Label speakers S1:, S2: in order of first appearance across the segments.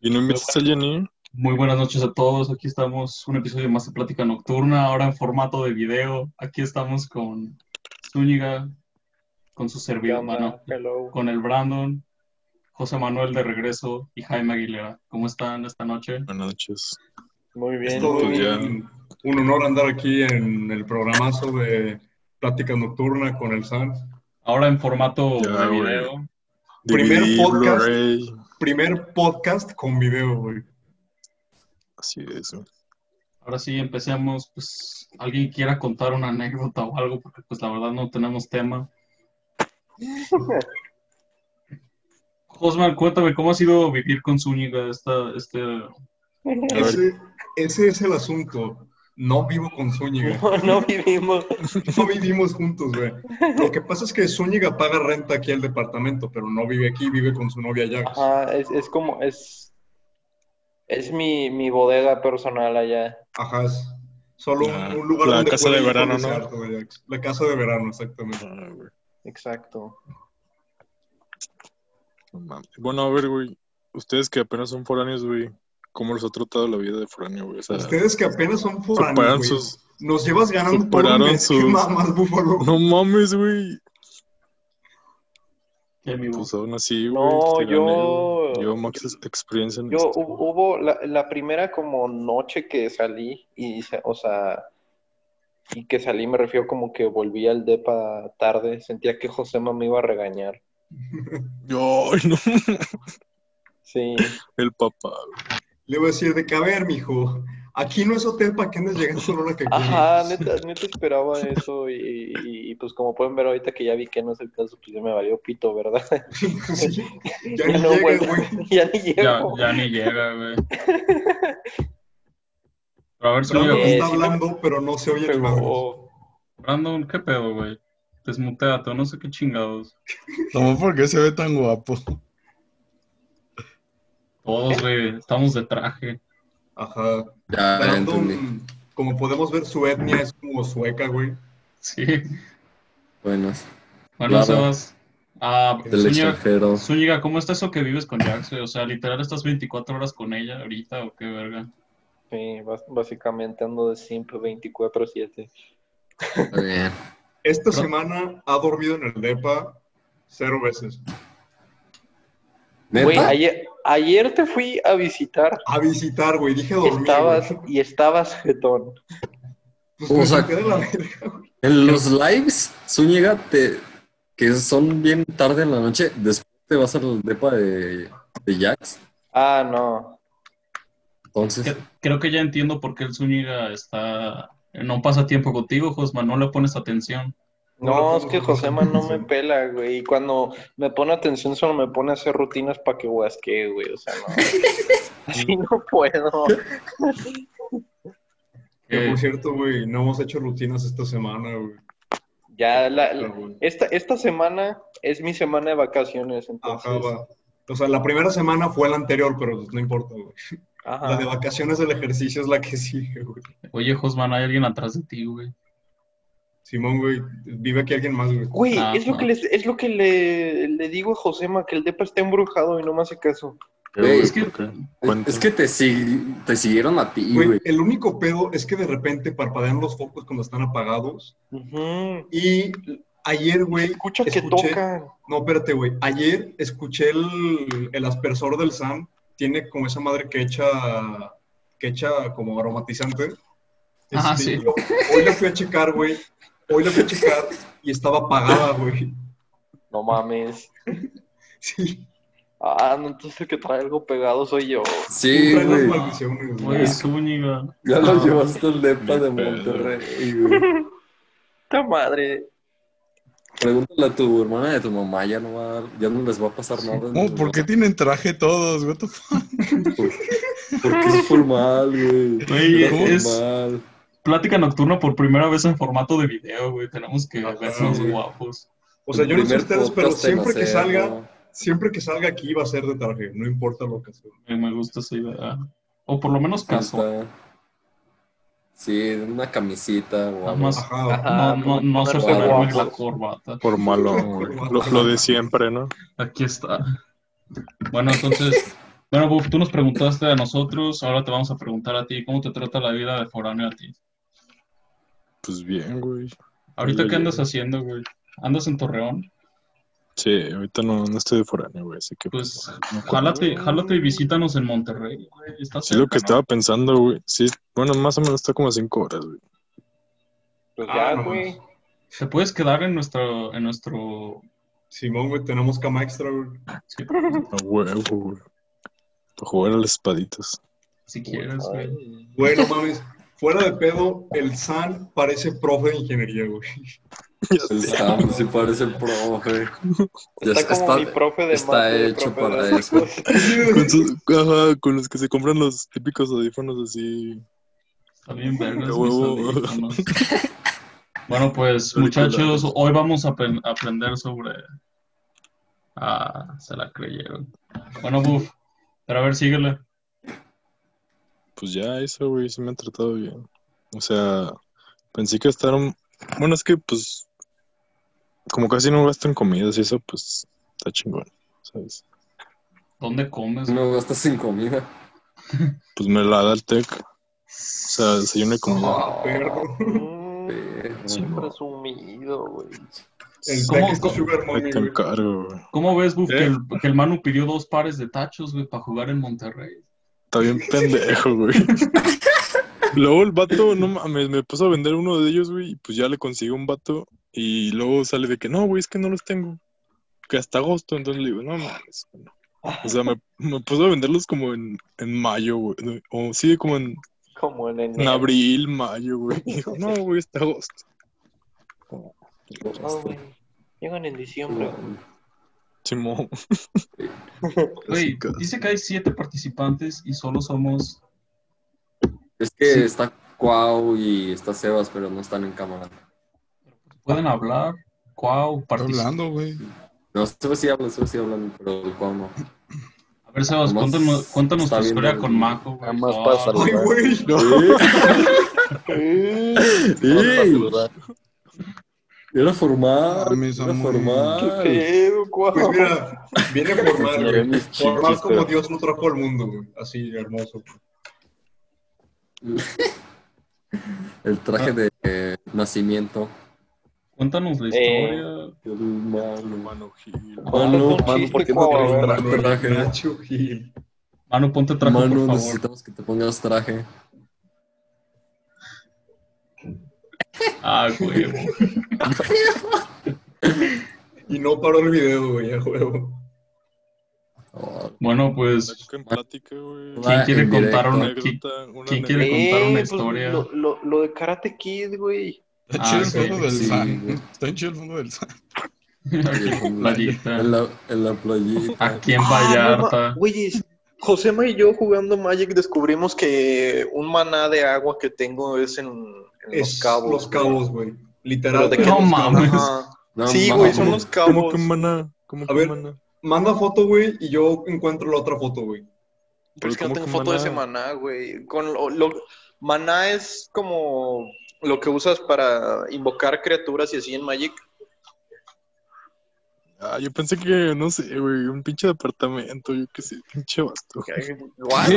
S1: ¿Y no invitas a Jenny?
S2: Muy buenas noches a todos. Aquí estamos, un episodio más de Plática Nocturna, ahora en formato de video. Aquí estamos con Zúñiga, con su servidor, mano,
S3: Hello.
S2: con el Brandon, José Manuel de regreso y Jaime Aguilera. ¿Cómo están esta noche?
S1: Buenas noches.
S3: Muy
S4: Es
S3: bien.
S4: todo
S1: Pues ya.
S4: un, un honor andar aquí en el programazo de Plática Nocturna con el Sans.
S2: Ahora en formato
S1: Ya,
S2: de
S1: güey.
S2: video.
S4: Primer
S1: DVD,
S4: podcast.
S1: Blu-ray.
S4: Primer podcast con video, güey.
S1: Así es, güey.
S2: Ahora sí empecemos, pues alguien quiera contar una anécdota o algo, porque pues la verdad no tenemos tema. Josman, cuéntame, ¿cómo ha sido vivir con Zúñiga esta, este...
S1: A ver,
S4: Ese, ese es el asunto. No vivo con Zúñiga.
S3: No, no vivimos.
S4: No vivimos juntos, güey. Lo que pasa es que Zúñiga paga renta aquí al departamento, pero no vive aquí, vive con su novia allá. güey.
S3: Ajá, Ah, es, es como, es, es mi, mi bodega personal allá.
S4: Ajá. es Solo un-
S1: La-
S4: un lugar
S1: la
S4: donde
S1: casa de
S4: puede
S1: verano, ¿no?
S4: improvisar, güey. La casa de verano, exactamente.
S1: ah, güey,
S3: Exacto.
S1: no mames. Bueno, a ver, güey. Ustedes que apenas son foráneos, güey. ¿Cómo los ha tratado la vida de foráneo, güey? O sea,
S4: Ustedes que apenas son
S1: superan
S4: foráneos, güey.
S1: sus...
S4: Nos llevas ganando por un
S1: superaron
S4: mes. ¿Qué
S1: sus-
S4: mamas, búfalo?
S1: No mames, güey.
S2: que mi
S1: Pues aún así, güey.
S3: No,
S1: te gané,
S3: yo-
S1: güey. Yo, Max, experiencia en
S3: Yo
S1: esto,
S3: hu-
S1: güey.
S3: hubo la, la primera como noche que salí y, se- o sea, y que salí me refiero como que volví al depa tarde, sentía que Josema me iba a regañar.
S1: Yo, ay, no.
S3: Sí,
S1: El papá, güey.
S4: Le voy a decir de que, a ver, mijo, aquí no es hotel para que andes llegando a la hora que quieres.
S3: ajá, neta, neta esperaba eso y, y- y, pues como pueden ver ahorita que ya vi que no es el caso, pues ya me valió pito, ¿verdad?
S4: Sí, ya
S3: Y
S4: ni
S3: no
S4: llegas,
S3: vuelvo.
S4: güey.
S3: ya ni llego.
S2: Ya, ya ni llega, güey. Pero a ver,
S3: Eh,
S4: Brandon
S2: Zúñiga,
S4: está
S3: sí,
S4: hablando, pero no se oye el bajo.
S3: Pero-
S2: Brandon, ¿qué pedo, güey? Desmuteate, no sé qué chingados.
S5: No, porque se ve tan guapo.
S2: Todos, güey, estamos de traje.
S4: Ajá.
S5: Ah, Ya, entendí.
S4: Brandon, como podemos ver, su etnia es como sueca, güey.
S2: Sí.
S5: Buenas.
S2: Bueno,
S5: Claro.
S2: Sebas. Ah,
S5: Del
S2: Zúñiga,
S5: extranjero.
S2: Zúñiga, ¿cómo está eso que vives con Jax, güey? O sea, literal, ¿estás 24 horas con ella ahorita o qué verga?
S3: Sí, bas- básicamente ando de simp 24-7.
S5: Está bien.
S4: Esta
S2: Bro.
S4: semana ha dormido en el DEPA cero veces.
S3: Güey,
S5: ¿Neta?
S3: ayer, ayer te fui a visitar
S4: A visitar, güey. Dije
S3: y
S4: dormir.
S3: estabas,
S4: güey.
S3: y estabas jetón.
S4: Pues
S5: O
S4: me
S5: sea-
S4: senté de la verga, güey.
S5: En los lives, Zúñiga, te, que son bien tarde en la noche, después te vas al depa de, de Jax.
S3: Ah, no.
S5: Entonces,
S2: Cre- Creo que ya entiendo por qué el Zúñiga está... No pasa tiempo contigo, Josman, no le pones atención.
S4: No,
S3: No,
S4: no,
S3: es que
S4: no,
S3: Josema no
S4: no,
S3: me
S4: no.
S3: pela, güey. Y cuando me pone atención solo me pone a hacer rutinas para que guasque, güey. O sea, no. Así no puedo.
S4: Que,
S2: Eh,
S4: por cierto, güey, no hemos hecho rutinas esta semana, güey.
S3: Ya, la,
S4: Pero,
S3: la-
S4: güey.
S3: esta, esta semana es mi semana de vacaciones, entonces.
S4: Ajá, va. O sea, la primera semana fue la anterior, pero pues, no importa, güey.
S3: Ajá.
S4: La de
S2: Ah.
S4: vacaciones del ejercicio es la que sigue, güey.
S2: oye, Josman, hay alguien atrás de ti, güey.
S4: Simón, güey, vive aquí alguien más, güey.
S3: Güey,
S2: Ah,
S3: es, lo
S2: no.
S3: que les- es lo que le, le digo a Josema, que el depa está embrujado y no me hace caso.
S5: Güey,
S2: es que-
S1: ¿por qué? Cuenta.
S5: es que te, si- te siguieron a ti,
S4: Güey,
S5: güey.
S4: el único pedo es que de repente parpadean los focos cuando están apagados.
S3: Ujú.
S4: Y ayer, güey,
S3: Escucha que
S4: Escuché.
S3: tocan.
S4: no, espérate, güey. Ayer escuché el, el aspersor del Sam. Tiene como esa madre que echa, que echa como aromatizante.
S2: Ah,
S4: Este,
S2: sí.
S4: yo- hoy la fui a checar, güey. Hoy la fui a checar y estaba apagada, güey.
S3: No mames.
S4: Sí,
S3: Ah, no, entonces el que trae algo pegado soy yo.
S5: Sí,
S4: trae las
S5: güey.
S4: maldiciones,
S2: Oye,
S4: güey.
S2: Zúñiga.
S5: Ya
S2: No.
S5: lo llevaste al depa
S1: Ni
S5: de
S1: pedo.
S5: Monterrey, güey.
S3: ¡Ta madre!
S5: Pregúntale a tu hermana y a tu mamá, ya no, va, a- ya no les va a pasar nada.
S6: No, ¿por qué tienen traje todos? What the fuck?
S5: Porque es formal, güey.
S2: Güey,
S5: Era
S2: es-
S5: formal.
S2: Plática nocturna por primera vez en formato de video, güey. Tenemos que
S1: Ah,
S4: Ajá,
S2: vernos
S4: güey.
S2: guapos.
S4: O sea, yo no sé
S5: Primer
S4: ustedes, pero
S5: podcast en
S4: siempre que
S5: hacerlo.
S4: salga, siempre que salga aquí va a ser de traje, no importa la ocasión.
S2: Me- Me gusta esa idea. O por lo menos caso.
S5: Está- Sí, una camisita o
S2: Nada
S5: algo.
S2: más
S4: Ajá.
S3: Ajá.
S1: Ah,
S2: no, no, no se
S5: Guapo.
S2: pone la corbata.
S1: Por malo, güey. Lo, lo de siempre, ¿no?
S2: Aquí está. Bueno, entonces, Bueno, Buf, tú nos preguntaste a nosotros, ahora te vamos a preguntar a ti, ¿cómo te trata la vida de foráneo a ti?
S1: Pues bien, güey.
S2: ¿Ahorita
S1: Oye,
S2: qué andas
S1: oye.
S2: haciendo, güey? ¿Andas en Torreón?
S1: Sí, ahorita no, no estoy de foráneo, güey, así que...
S2: Pues,
S1: no-
S2: jálate, jálate y visítanos en Monterrey, güey. Está
S1: Sí, lo
S2: cerca,
S1: que
S2: ¿no?
S1: estaba pensando, güey. Sí, bueno, más o menos está como a cinco horas, güey.
S3: Pues
S4: Ah,
S3: ya,
S4: no
S3: güey.
S2: Te puedes quedar en nuestro, en nuestro...
S4: Simón, güey, tenemos cama extra, güey.
S1: A huevo, güey. Para jugar a las espaditas.
S2: Si quieres, güey.
S3: Ay,
S4: Güey, no mames. Fuera de pedo, el San parece profe de ingeniería, güey.
S5: El Sam sí pues, parece profe. Ya
S3: Está como mi profe de
S5: está
S3: mates, mi
S5: hecho
S3: profe
S5: para
S3: de-
S5: eso.
S1: Con, sus- ajá, con los que se compran los típicos audífonos así.
S2: Está bien, vergas,
S1: Qué
S2: mis
S1: huevo.
S2: audífonos. Bueno, pues,
S1: Ahorita
S2: muchachos,
S1: hablamos.
S2: hoy vamos a apren- aprender sobre... Ah, se la creyeron. Bueno, Buf, pero a ver, síguele.
S1: Pues ya, eso, güey, sí me han tratado bien. O sea, pensé que estaban. Bueno, es que, pues. Como casi no gasto en comidas y eso, pues. Está chingón, ¿sabes?
S2: ¿Dónde comes, güey?
S5: No gastas sin comida.
S1: Pues me la da el tech. O sea, desayuno y comida.
S4: Ah, perro.
S3: Mm,
S5: Perro.
S1: Sí, no.
S3: Presumido, güey.
S4: El
S2: ¿Cómo-
S4: Tec es tu
S2: cómo-
S4: sugar mommy,
S1: Ahí te
S4: güey.
S1: encargo, güey.
S2: ¿Cómo ves, Buf, que
S4: ¿Eh?
S2: el, que el Manu pidió dos pares de tachos, güey, para jugar en Monterrey?
S1: Está bien pendejo, güey. Luego el vato, no mames, me puso a vender uno de ellos, güey, y pues ya le consigo un vato. Y luego sale de que no, güey, es que no los tengo. Que hasta agosto, entonces le digo, no mames. güey, no". O sea, me, me puso a venderlos como en, en mayo, güey. ¿no? O sí, como en,
S3: Como en
S1: en
S3: enero.
S1: abril, mayo, güey. Y digo, no, güey, hasta agosto.
S3: No, güey. Llegan en diciembre.
S1: Simón.
S2: Güey,
S1: Así que-
S2: dice que hay siete participantes y solo somos
S5: Es que
S2: Sí.
S5: está Cuau y está Sebas, pero no están en cámara.
S2: pueden hablar. Cuau,
S6: Está
S2: participa.
S6: hablando, güey.
S5: No, Sebas sí habla, Sebas sí hablan, pero el Cuau no.
S2: A ver, Sebas,
S5: Nomás
S2: cuéntanos, cuéntanos tu
S5: está viendo
S2: historia
S5: el-
S2: con Mako, güey.
S5: nada más
S2: No,
S5: para
S4: Ay,
S5: saludar.
S4: güey.
S5: ¡Ey! Era formal,
S4: Ah,
S6: Mames,
S5: era
S6: amor.
S5: formal.
S3: pedo, guau?
S4: Pues mira, viene formal,
S5: Enseñaré
S4: güey.
S5: mis chichis,
S4: Formal como
S5: pero-
S4: Dios lo trajo al mundo, güey. Así, hermoso.
S5: El traje de eh, nacimiento.
S2: Cuéntanos la
S3: Eh.
S2: historia.
S5: El malo.
S1: Mano Gil.
S5: Mano,
S3: Haz un
S5: mano, ¿por
S3: chiste,
S5: qué no
S3: Cuau,
S5: te
S3: a ver.
S5: pones tra- traje? eh.
S4: Nacho Gil.
S2: Manu, ponte traje,
S5: Mano,
S2: por favor.
S5: necesitamos que te pongas traje.
S2: Ah, güey.
S4: Y no paró el video, güey, a huevo.
S5: Oh,
S2: Bueno, pues,
S1: En plática, güey.
S2: ¿quién
S5: Va,
S2: quiere
S5: Ah, en
S2: contar
S5: directo.
S2: una? ¿Qui-
S1: Anécdota, una
S2: quién
S1: anécdota.
S2: quiere contar una
S3: Eh, pues,
S2: historia?
S3: lo, lo, lo de Karate Kid, güey.
S6: Está
S2: Ah,
S6: chido el
S2: sí,
S6: fondo del
S5: sí,
S6: San.
S5: güey.
S6: Está en chido el fondo del San.
S2: playita.
S5: en, la, en la playita.
S2: Aquí en
S3: Ah, no ma-
S2: Vallarta.
S3: Güey, es- Josema y yo jugando Magic descubrimos que un maná de agua que tengo es en, en
S4: Es
S3: los cabos.
S4: Los
S3: güey.
S4: Cabos, güey.
S3: Pero
S4: Literal.
S3: de
S4: güey,
S3: que
S2: No
S4: Los
S2: mames.
S4: Cabos.
S3: Ajá.
S5: No,
S3: sí,
S5: mames.
S3: güey, son los
S1: ¿Cómo
S3: cabos.
S1: que maná? ¿Cómo
S4: A
S1: que
S4: ver,
S1: maná?
S4: Manda foto, güey, y yo encuentro la otra foto, güey.
S1: Pero
S3: Pero es que no
S1: ¿cómo
S3: tengo
S1: que
S3: foto de ese
S1: maná?
S3: maná, güey. Con lo, lo- maná es como lo que usas para invocar criaturas y así en Magic.
S1: Ah, yo pensé que, no sé, güey, un pinche departamento, yo qué sé, pinche basto.
S3: Guau,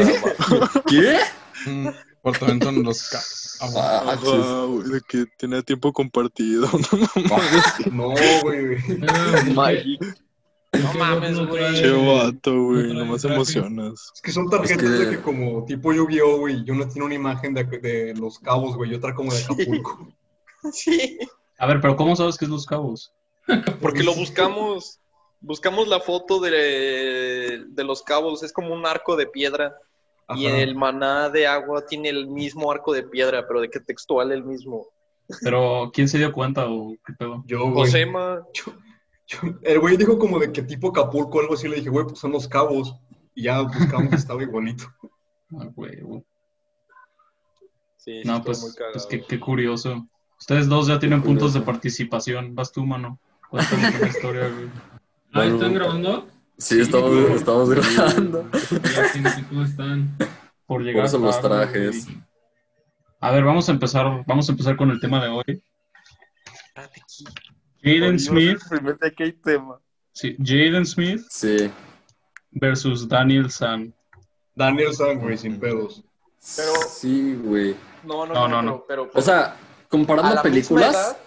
S5: ¿Qué?
S6: Un Apartamento en los cabos. Ah, bueno.
S5: Ah, chis-
S1: Ajá, güey, de que tenía tiempo compartido, no mames,
S4: No, güey.
S3: No mames, güey.
S1: pinche vato, güey,
S6: no trae
S1: nomás
S6: traje.
S1: emocionas.
S4: Es que son tarjetas
S5: Es que-
S4: de que como tipo Yu-Gi-Oh, güey. Y uno tiene una imagen de, de Los Cabos, güey, y otra como de Acapulco.
S3: Sí.
S2: A ver, pero ¿cómo sabes que es Los Cabos?
S3: Porque lo buscamos. Buscamos la foto de, de los cabos. Es como un arco de piedra.
S4: Ajá.
S3: Y el maná de agua tiene el mismo arco de piedra, pero de que textual el mismo.
S2: Pero, ¿quién se dio cuenta o qué pedo?
S4: Yo, güey.
S3: Josema.
S4: Yo- El güey dijo como de que tipo Acapulco, algo así. Le dije, güey, pues son Los Cabos. Y ya buscamos que estaba igualito.
S2: Ah, güey. güey.
S3: Sí, sí,
S2: No,
S3: estuvo muy
S2: pues,
S3: cagado.
S2: pues qué, qué curioso. Ustedes dos ya tienen puntos de
S5: curioso.
S2: participación. Vas tú, mano. Cuéntame una historia, güey.
S7: Ah,
S5: Manu.
S7: ¿Están grabando?
S5: Sí, estamos,
S7: güey.
S5: estamos grabando.
S7: Ya, gente, ¿Cómo están?
S2: Por llegar
S5: Por eso los
S2: tarde,
S5: trajes.
S2: güey. A ver, vamos a empezar, vamos a empezar con el tema de hoy. Jaden Smith,
S3: Primero que hay tema.
S2: sí, Jaden Smith
S5: Sí.
S2: versus Daniel San.
S4: Daniel San, güey, sin pedos.
S3: Pero-
S5: Sí, güey.
S3: No, no,
S2: No,
S3: no,
S2: no,
S3: pero-
S2: no.
S3: pero-
S5: O sea, comparando
S3: a la misma
S5: películas.
S3: edad,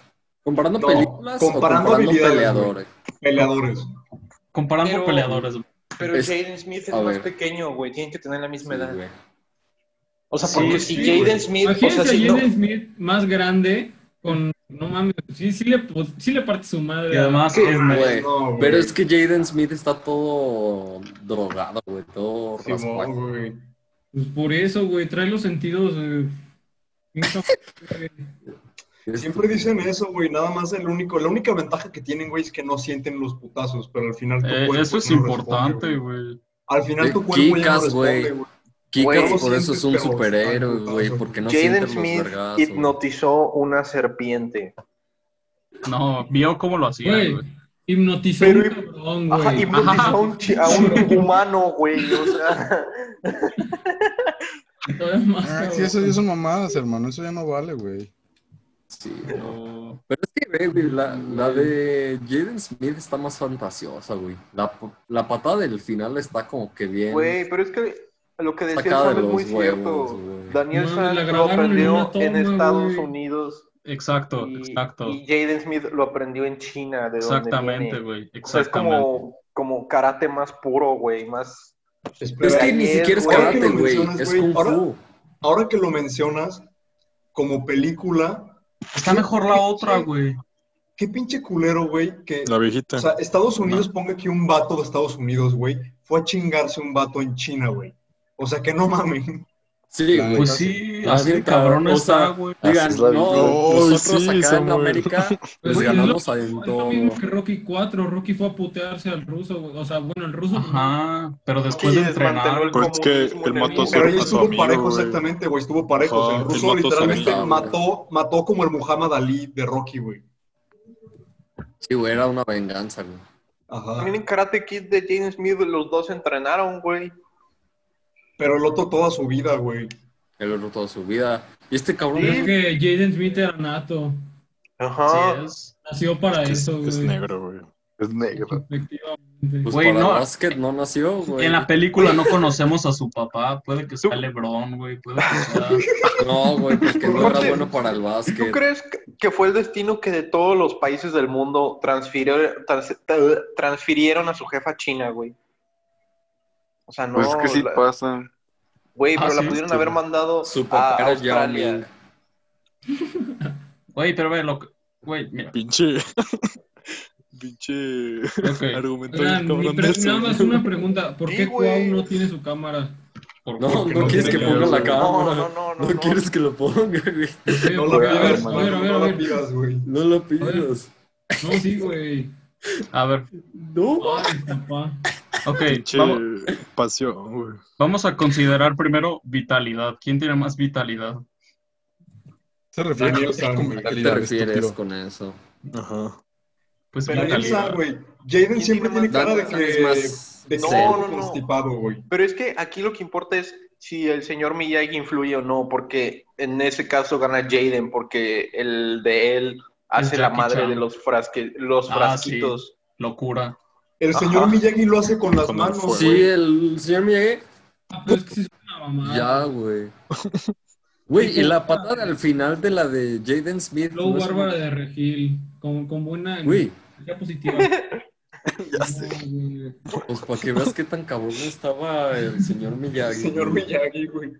S5: Comparando
S4: No,
S5: películas
S4: comparando
S5: o comparando
S4: habilidades,
S5: peleadores.
S4: Peleadores.
S2: Comparando
S3: Pero-
S2: peleadores. güey.
S3: pero
S5: es-
S3: Jaden Smith es
S5: a
S3: más
S5: ver.
S3: pequeño, güey. Tienen que tener la misma
S5: Sí,
S3: edad.
S5: güey.
S3: O sea,
S4: Sí,
S3: porque
S4: sí,
S3: si Jaden
S4: güey.
S3: Smith, o sea,
S7: Imagínense a
S3: si no,
S7: Jaden Smith más grande con. No mames, sí, sí le, pues, sí le parte su madre.
S2: Y además
S4: ¿Qué,
S2: es
S5: Ah, güey?
S4: No, güey.
S5: Pero es que Jaden Smith está todo drogado, güey. Todo raspado.
S4: Simón, güey.
S7: Pues por eso, güey, trae los sentidos. eh, mucho-
S4: Siempre dicen eso, güey. Nada más el único, la única ventaja que tienen, güey, es que no sienten los putazos, pero al final tu
S2: Eh,
S4: cuerpo
S2: eso es
S4: pues, no responde,
S2: importante, güey.
S4: Al final tu
S5: Eh,
S4: cuerpo ya no
S5: Kikas, güey.
S4: responde, güey.
S5: Kikas
S3: Güey,
S5: por eso es un
S4: pero están
S5: superhéroe,
S4: putazos.
S5: güey. Porque no
S3: Jaden
S5: sienten los
S3: Smith
S5: vergazos.
S3: hipnotizó una serpiente.
S2: No, vio cómo lo hacía,
S7: Güey,
S2: güey.
S7: hipnotizó
S3: Pero-
S7: un cabrón,
S3: Ajá,
S7: güey.
S3: hipnotizó
S2: Ajá.
S3: A, un, chi- a un humano, güey. O sea,
S7: Todavía más,
S6: Ah, sí,
S7: cabrón.
S6: eso ya son mamadas, hermano. Eso ya no vale, güey.
S5: Sí, güey.
S2: Pero-
S5: Pero es que, güey, güey, la, la de Jaden Smith está más fantasiosa, güey. La, la patada del final está como que bien.
S3: güey, pero es que lo que decía
S5: Sacada de
S3: Sam es
S5: los
S3: muy
S5: huevos,
S3: cierto.
S5: güey.
S3: Daniel
S7: No,
S3: San
S7: la
S3: lo
S7: grabaron en una
S3: aprendió
S7: toma,
S3: en Estados
S7: güey.
S3: Unidos
S2: Exacto,
S3: y,
S2: exacto.
S3: y Jaden Smith lo aprendió en China, de donde
S2: Exactamente,
S3: viene.
S2: güey.
S3: O sea, es
S2: Exactamente.
S3: como, como karate más puro, güey, más...
S5: Pero
S4: Espera,
S5: es que ni
S3: Daniel,
S5: siquiera es
S3: güey.
S5: karate,
S4: Ahora que lo
S5: güey.
S4: mencionas,
S5: Es
S4: güey,
S5: kung
S4: ahora-
S5: fu.
S4: ahora que lo mencionas, como película,
S2: Está mejor la otra, güey.
S4: qué pinche culero, güey, que...
S1: La viejita.
S4: O sea, Estados Unidos, ponga que un vato de Estados Unidos, güey, fue a chingarse un vato en China, güey. O sea, que no mamen.
S5: Sí,
S6: Claro.
S5: güey.
S2: Pues sí,
S5: La
S2: así de
S5: neta,
S2: cabrón
S5: o sea,
S2: está, güey.
S5: Digan,
S3: Así es la
S5: no,
S1: vida.
S5: nosotros
S1: Ay, sí,
S5: acá en
S1: Samuel.
S5: América
S7: Pues,
S5: les
S7: güey,
S5: ganamos a
S7: Es
S5: en
S7: lo
S5: todo.
S7: mismo que Rocky 4. Rocky fue a putearse al ruso, güey. O sea, bueno, el ruso.
S2: Ajá, pero después
S3: Sí,
S2: de Pues entrenar,
S3: desmanteló
S2: güey.
S3: el
S1: Pero es que
S3: comunismo
S1: él
S3: en
S1: mató a
S3: mundo.
S1: su-
S4: Pero
S1: a
S4: él
S1: su
S4: estuvo
S1: amigo,
S4: parejo,
S1: güey.
S4: exactamente, güey. Estuvo parejo. O sea, el
S1: Ajá,
S4: ruso
S1: el vato
S4: literalmente
S1: sangrado, güey.
S4: mató, mató como el Muhammad Ali de Rocky, güey.
S5: Sí, güey, era una venganza, güey.
S4: Ajá.
S3: También en Karate Kid de James Smith los dos entrenaron, güey.
S4: Pero el otro toda su vida, güey.
S5: Él duró toda su vida. Y este cabrón
S7: Es
S5: es que-
S7: que Jaden Smith era nato.
S3: Ajá.
S2: Sí es.
S7: Nació para
S1: es,
S7: eso,
S1: es
S7: güey.
S1: negro, güey.
S8: Es negro.
S7: Efectivamente.
S5: pues,
S2: Güey,
S5: para
S2: no.
S5: básquet no nació, güey.
S2: En la película no conocemos a su papá. Puede que sea Lebron, güey. Puede que sea.
S5: No, güey, porque no era
S3: Aparte,
S5: bueno para el
S3: ¿Tú
S5: básquet.
S3: crees que- que fue el destino que de todos los países del mundo transfirió- trans- tra- transfirieron a su jefa a China, güey? O sea, no.
S8: Pues es que sí
S3: la-
S8: pasa.
S3: Güey,
S2: Ah,
S3: pero la
S2: sí,
S3: pudieron
S2: sí.
S3: haber mandado
S5: Su
S3: a
S5: papá era Yao
S3: Australia.
S5: Ming.
S2: Güey, pero ve, lo que. Güey, mira.
S1: Pinche. Pinche.
S2: Ok.
S1: Argumento
S7: Oigan,
S1: bien
S7: mi
S1: cabrón
S7: pre-
S1: de eso,
S7: nada más
S1: güey.
S7: una pregunta. ¿Por
S3: Sí,
S7: qué Cuau
S3: güey.
S7: no tiene su cámara?
S2: Por-
S5: No,
S2: porque
S5: no quieres
S2: te
S5: que
S2: creo,
S5: ponga la
S2: güey.
S5: cámara.
S3: No, no, no, no,
S5: No
S3: no.
S5: quieres que lo ponga, güey.
S7: Sí,
S4: No la
S7: porque, a ver,
S4: pidas,
S7: a
S4: güey.
S7: ver, a ver, a
S4: No la
S7: ver.
S4: pidas, güey.
S5: No lo pidas.
S7: No, sí, güey.
S2: A ver,
S5: No.
S7: Ay, papá.
S2: ok.
S1: Pinche.
S2: Vamos,
S1: Pasión, güey.
S2: vamos a considerar primero vitalidad. ¿Quién tiene más vitalidad?
S6: Se refiere
S4: Daniel
S6: a
S4: San,
S6: con
S4: güey.
S5: ¿A qué
S6: vitalidad,
S5: te refieres
S6: estúpido.
S5: con eso?
S1: Ajá.
S2: Pues
S4: Pero Jaden
S2: vitalidad.
S4: San, güey. Jaden siempre
S3: tiene más
S4: tiene cara de
S5: Dan
S4: que...
S5: es más...
S4: De
S3: No,
S4: que
S5: zen.
S3: no, no.
S4: constipado, güey.
S3: Pero es que aquí lo que importa es si el señor Miyagi influye o no, porque en ese caso gana Jaden, porque el de él hace la
S2: Jackie
S3: madre
S2: Chan.
S3: de los, frasque, los
S2: Ah,
S3: frasquitos.
S2: Locura.
S4: El señor
S3: Ajá.
S4: Miyagi lo hace con las
S1: Con el
S4: manos,
S1: fuego.
S5: Sí, el señor Miyagi
S7: Ah, pero es que sí es una mamada.
S5: Ya, güey. Güey, y la patada al final de la de Jaden Smith.
S7: Luego
S5: no es-
S7: Bárbara de Regil. Con, con buena
S5: Güey,
S7: energía positiva.
S8: Ya sé.
S7: No, güey.
S5: pues para que veas qué tan cabrón estaba el señor
S4: El
S5: Miyagi.
S4: señor
S5: güey.
S4: Miyagi, güey.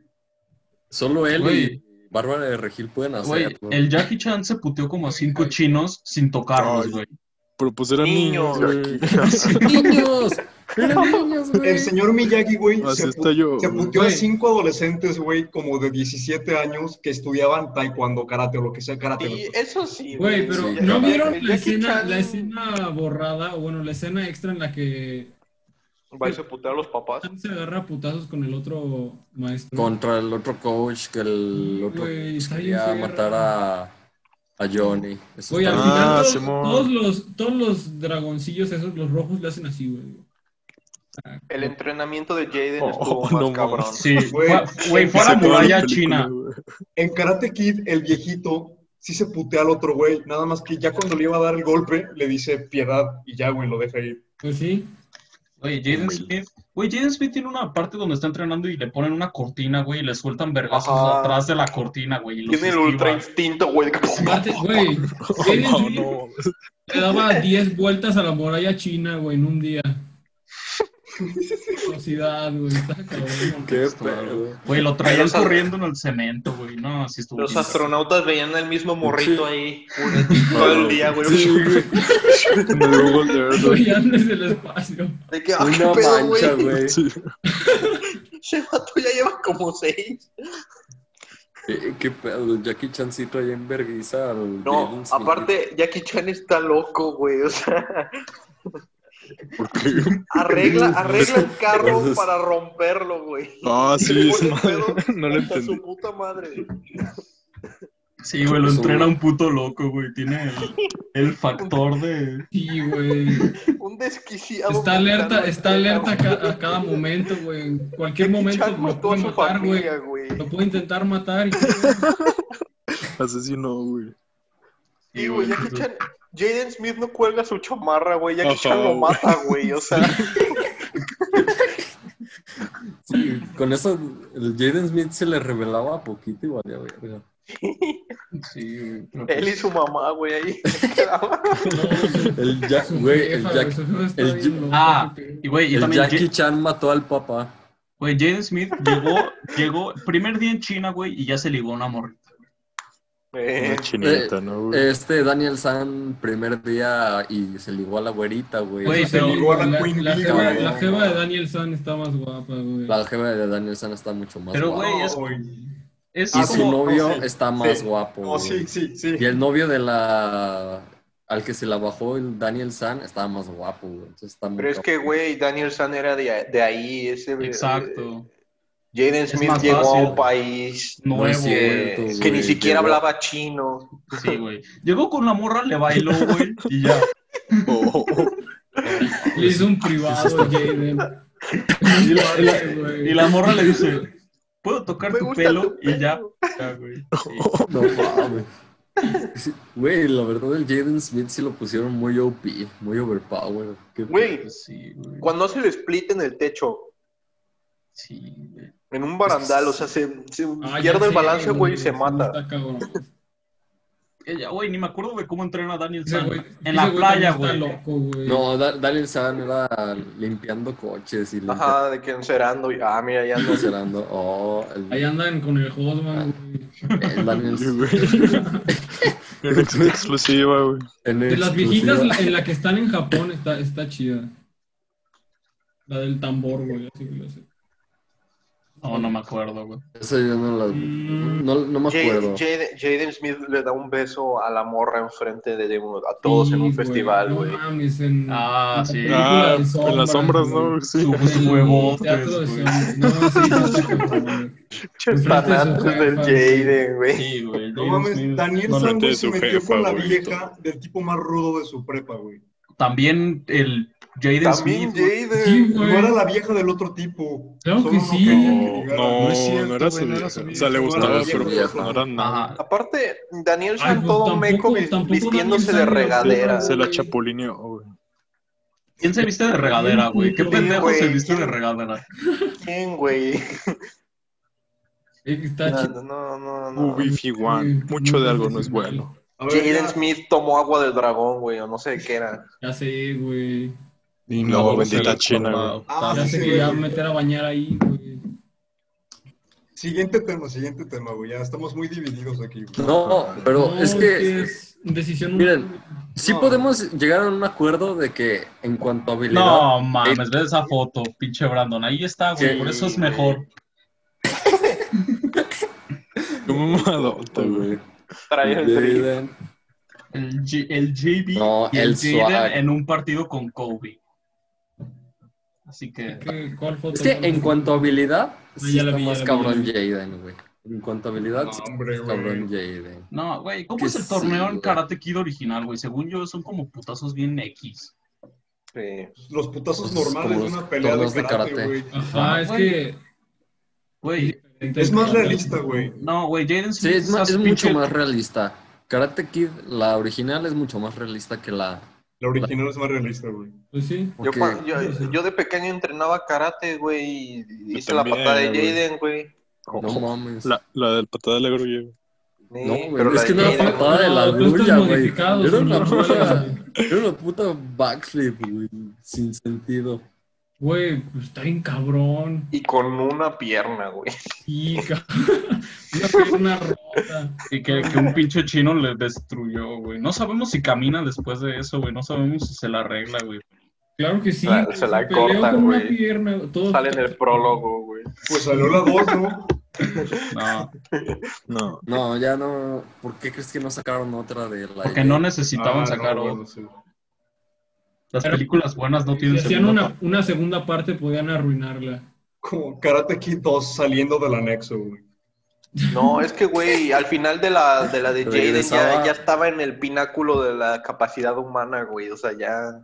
S5: Solo él
S2: Güey.
S5: y pues. Bárbara de Regil pueden
S2: Güey,
S5: hacerlo.
S2: el Jackie Chan se puteó como a cinco chinos sin tocarlos,
S1: Ay.
S2: güey.
S1: Pero pues eran
S3: Niños,
S1: niños, güey.
S5: ¡Niños! ¡Eran niños, güey!
S4: El señor Miyagi, güey,
S1: Así
S4: se,
S1: está
S4: pu-
S1: yo.
S4: se
S1: güey.
S4: puteó a
S7: Güey.
S4: cinco adolescentes, güey, como de 17 años que estudiaban taekwondo, karate o lo que sea karate.
S3: Sí, eh. eso sí.
S7: Ah, pues, Güey, pero
S5: Sí,
S7: ¿no
S5: claro.
S7: vieron la
S3: Jackie
S7: escena,
S3: Chan
S7: la escena borrada? O bueno, la escena extra en la que
S3: Va y se putea a los papás.
S7: Chan se agarra a putazos con el otro maestro.
S5: Contra el otro coach que el otro
S7: Güey,
S5: coach
S7: está bien
S5: quería
S7: perro.
S5: matar a, a Johnny. Eso
S7: Oye, al
S5: está-
S1: Ah,
S7: final todos,
S1: Simón.
S7: todos los, todos los dragoncillos esos, los rojos, le hacen así, güey.
S3: El entrenamiento de Jaden
S1: Oh,
S3: estuvo
S1: no
S3: más
S1: mames.
S3: cabrón.
S2: Sí,
S4: Güey.
S2: fue- güey, fue
S1: Se
S2: la
S1: acabó la
S2: muralla
S1: película,
S2: china.
S1: güey.
S4: En Karate Kid, el viejito sí se putea al otro güey, nada más que ya cuando le iba a dar el golpe, le dice piedad y ya, güey, lo deja ir.
S7: Pues sí.
S2: Güey, Jaden
S8: Humilde.
S2: Smith. Güey, Jaden Smith tiene una parte donde está entrenando y le ponen una cortina, güey, y le sueltan vergazos
S3: Ajá.
S2: atrás de la cortina, güey. y los
S3: Tiene el ultra
S2: esquiva.
S3: instinto, güey.
S7: Aparte, güey, Jaden
S1: No,
S7: Smith
S1: no.
S7: le daba 10 vueltas a la muralla china, güey, en un día. Velocidad, güey. está cabrón.
S5: Qué pedo.
S2: Güey, lo traían
S3: Los-
S2: corriendo en el cemento, güey. No, así estuvo.
S3: Los
S2: bien.
S3: astronautas veían el mismo morrito ahí todo
S5: todo
S3: el
S5: el
S3: día, güey.
S5: Sí, güey.
S1: En el Google de verdad.
S7: Güey, ya desde el espacio.
S3: De que, ah, qué
S5: Una
S3: pedo,
S5: mancha,
S3: güey.
S5: güey.
S1: Sí.
S3: Ese vato ya lleva como seis.
S5: Eh, Qué pedo. Jackie Chancito ahí en vergüenza. al
S3: No,
S5: Jaden Smith.
S3: aparte, Jackie Chan está loco, güey. O sea,
S1: Porque...
S3: arregla, arregla el carro
S5: Entonces-
S3: para romperlo, güey.
S1: Ah,
S3: Le
S1: sí, esa
S3: pone
S1: madre.
S3: pedos
S1: No lo
S3: hasta
S1: entendí.
S3: su puta madre.
S2: Sí, güey, lo
S5: Eso,
S2: entrena
S5: güey.
S2: un puto loco, güey. Tiene el, el factor de.
S7: Sí, güey.
S3: Un desquiciado.
S7: Está alerta,
S3: mexicano.
S7: está alerta a, ca- a cada momento, güey. En cualquier
S3: Jackie
S7: momento
S3: Chan
S7: lo
S3: mató a
S7: puede
S3: su
S7: matar, güey.
S3: familia, güey.
S7: Lo puede intentar matar. Y...
S1: Asesino, güey.
S3: Sí, güey, Jackie
S2: entonces-
S3: Chan. Jaden Smith no cuelga su chamarra, güey. Jackie
S1: Ajá,
S3: Chan lo
S1: güey.
S3: mata, güey. O sea,
S5: Sí, con eso, el Jaden Smith se le revelaba poquito y valía verga.
S2: Sí, güey. pero
S3: él y su mamá, güey, ahí se quedaban.
S5: El, Ja-
S7: Su
S5: güey, el,
S7: jefa,
S5: Jack-
S7: su jefa está
S5: el
S7: bien
S5: Ja-
S7: loca,
S2: Ah,
S7: güey.
S2: Y, güey, y
S5: el
S2: también.
S5: Jackie Chan mató al papá.
S2: Güey, Jaden Smith llegó, llegó, primer día en China, güey, y ya se ligó a una morrita.
S3: Eh,
S1: Una chinita, ¿no, güey?
S5: Este Daniel San, primer día y se ligó a la güerita, güey.
S7: Güey,
S2: se
S7: pero
S4: ligó a la
S7: la,
S4: Queen
S7: la
S4: Bee,
S7: jeva,
S5: güey.
S7: la jeva de Daniel San está más guapa, güey.
S5: La jeva de Daniel San está mucho más
S2: Pero,
S5: guapa.
S2: güey, es- Es
S5: y
S4: ah,
S5: su
S4: como-
S5: novio
S4: no, sí.
S5: está más
S4: Sí.
S5: guapo.
S4: No, sí,
S5: güey.
S4: sí, sí.
S5: Y el novio de la. Al que se la bajó el Daniel San estaba más guapo, güey. Entonces está muy
S3: Pero es que,
S5: cabrón.
S3: güey, Daniel San era de, de ahí. Ese, eh,
S5: eh,
S2: Exacto.
S3: Jaden
S2: Es
S3: Smith
S2: más
S3: llegó
S2: fácil.
S3: a un país
S5: No es
S2: Nuevo,
S5: cierto,
S3: que,
S5: güey,
S3: que ni siquiera
S5: llegó-
S3: hablaba chino.
S2: Sí, güey. Llegó con la morra, le bailó, güey, y ya.
S1: Oh,
S7: Le hizo un privado, Jaden.
S2: Y la, y la-
S7: Güey.
S2: y la morra le dice, ¿puedo tocar
S3: Me
S2: tu
S3: gusta
S2: pelo?
S3: tu
S2: Y ya,
S3: pelo.
S2: ya, güey. Sí.
S5: No mames. Sí, Güey, la verdad, el Jaden Smith sí lo pusieron muy OP, muy overpowered. Qué
S3: Güey,
S2: pues Sí, güey.
S3: cuando hace el split en el techo,
S2: Sí, güey.
S3: en un barandal, o sea, se, se
S7: Ah, ya
S3: pierde el
S7: sé,
S3: balance, güey, y se mata.
S7: Está cabrón.
S2: Ella, güey, ni me acuerdo de cómo entrena Daniel
S7: Ese
S2: San.
S7: güey-
S2: en la
S7: ese
S2: playa,
S7: también
S2: güey.
S7: Está loco, güey.
S5: No, Da- Daniel San era limpiando coches y limpiando.
S3: Ajá, de que encerando. Y, ah, mira, ya no sé.
S5: cerrando. Oh, el,
S7: Ahí andan con el Hosman, güey.
S5: el Daniel
S1: güey. Una ex- exclusiva, güey.
S5: en
S7: De las
S5: exclusiva.
S7: viejitas, la- en la que están en Japón, está, está chida. La del tambor, güey. Así que lo sé.
S2: No, no me acuerdo, güey.
S5: Esa yo no la
S7: Mm.
S5: no, no me acuerdo.
S3: Jaden Jaden Smith le da un beso a la morra enfrente de, de un- a todos en un
S7: Sí,
S3: festival, güey.
S7: No mames, en.
S2: Ah, sí.
S7: película
S1: Ah,
S7: de
S1: en las sombras, ¿no? Sí.
S2: Su-
S7: güey.
S2: Sus
S7: En el
S2: huevotes,
S7: teatro de
S2: güey.
S7: sombras. No, sí, sí, está cabrón, güey.
S3: Panatos del Jaden, güey.
S2: Sí, güey.
S4: No
S2: Jaden
S4: mames,
S2: Smith.
S4: Daniel
S1: No
S4: San, güey,
S1: mete
S4: se
S1: su
S4: metió con la
S1: jefa, güey.
S4: vieja del tipo más rudo de su prepa, güey.
S2: También el Jaden
S3: También
S2: Smith. güey.
S7: Sí,
S3: Jaden.
S4: No
S7: güey.
S4: era la vieja del otro tipo.
S7: Claro
S4: Solo
S7: que
S4: no
S7: sí.
S4: quería que
S1: No,
S6: No
S1: no,
S6: es cierto,
S1: era
S6: güey,
S1: su
S6: no
S1: vieja.
S6: era su
S1: O
S6: vieja.
S1: sea, le
S4: No era
S1: gustaba,
S4: su
S1: pero
S5: vieja.
S1: pues no era nada.
S2: Ajá.
S3: Aparte, Daniel
S7: Ay,
S3: San
S7: pues,
S3: todo
S7: tampoco-
S3: meco vi-
S7: tampoco
S3: vistiéndose de
S7: Daniel San era
S3: regadera.
S7: guapo,
S1: Se la
S7: güey.
S1: chapulineó, güey.
S2: ¿Quién se viste de regadera, güey? ¿Qué
S7: Sí,
S2: pendejo
S3: güey.
S2: se viste de regadera?
S3: ¿Quién, güey?
S7: Eh, Está
S3: No,
S7: chida.
S3: no, no. no.
S1: Ubi Figuan. Mucho de algo no es bueno.
S4: A ver,
S3: Jaden
S4: ya,
S3: Smith tomó agua del dragón, güey, o no sé de qué era.
S7: Ya sé, güey.
S6: Y
S1: No,
S6: se
S1: bendita
S6: le
S1: China,
S6: acordaba.
S1: güey.
S4: Ah,
S7: Ya
S4: sí,
S7: sé
S4: sí,
S7: que ya
S4: güey.
S7: meter a bañar ahí, güey.
S4: Siguiente tema, siguiente tema, güey. Ya estamos muy divididos aquí, güey.
S5: No, pero
S7: No,
S5: es que
S7: es decisión.
S5: Miren. sí
S4: no.
S5: podemos llegar a un acuerdo de que en cuanto a habilidad.
S2: No mames, ve esa foto, pinche Brandon. Ahí está, güey.
S5: Sí,
S2: Por eso es mejor.
S1: Qué mamadota, güey.
S5: güey.
S3: Trae el tri-
S5: Jaden.
S2: El, J- el JB
S5: No,
S2: y el,
S5: el
S2: Jaden
S5: swag.
S2: en un partido con Kobe. Así que.
S7: ¿Qué- ¿Cuál foto?
S5: Es que en cuanto a habilidad,
S7: No,
S5: sí
S7: ya la
S5: está
S7: vi, ya
S5: más
S7: la vi,
S5: cabrón
S7: ya
S5: Jaden, güey. En cuanto a habilidad,
S4: No,
S5: sí está
S4: hombre,
S5: más
S4: güey.
S5: cabrón Jaden.
S2: No, güey, ¿cómo
S5: Que
S2: es el
S5: sí,
S2: torneo en
S5: güey.
S2: Karate Kid original, güey? Según yo, son como putazos bien X.
S3: Sí.
S4: Los putazos
S5: Pues,
S4: normales
S5: como
S4: de
S5: los
S4: una pelea
S5: torneos
S4: de
S5: de
S4: karate,
S5: karate.
S4: güey.
S7: Ajá, es que.
S2: Güey,
S4: Ah, Es más realista, güey.
S2: no, güey, Jaden
S5: Sí,
S2: Smith
S5: es, ma-
S2: esas
S5: es mucho
S2: pinche-
S5: más realista. Karate Kid, la original, es mucho más realista que la
S4: La original es más realista, güey.
S7: Pues sí.
S3: Yo,
S5: Porque-
S3: cua- yo- yo de pequeño entrenaba karate, güey, y hice la
S1: también,
S3: patada de
S1: güey.
S3: Jaden, güey.
S5: No mames.
S1: La, la del patada del agro, güey.
S3: Ni-
S5: No, güey,
S3: pero
S5: es
S3: la
S5: que no
S3: de
S5: era
S3: Jaden,
S5: patada de
S7: No,
S5: la
S7: tú estás
S5: grulla, güey.
S7: modificado,
S5: Era una
S7: señor.
S5: puta, era una puta backflip, güey, sin sentido.
S7: Güey, pues está bien cabrón.
S3: Y con una pierna, güey.
S7: Hija. Una pierna rota.
S2: Y que, que un pinche chino le destruyó, güey. No sabemos si camina después de eso, güey. No sabemos si se la arregla, güey.
S7: Claro que sí.
S3: La-
S7: güey,
S3: se la
S7: peleó
S3: cortan,
S7: con una
S3: güey.
S7: pierna, güey, todo-
S3: Sale en el prólogo, güey.
S4: Pues salió la 2,
S2: No,
S4: ¿no?
S1: No.
S5: No, ya no. ¿Por qué crees que no sacaron otra de la
S2: porque no
S4: Ah,
S2: necesitaban sacar
S4: no,
S2: otro.
S4: bueno, sí.
S2: Las películas buenas no
S7: Si
S2: tienen
S7: hacían
S2: segunda
S7: una,
S2: parte.
S7: una segunda parte, podían arruinarla.
S4: Como Karate Kid 2 saliendo del anexo, güey.
S3: No, es que, güey, al final de la de, la de Jaden ya,
S5: Regresaba.
S3: ya estaba en el pináculo de la capacidad humana, güey. O sea, ya.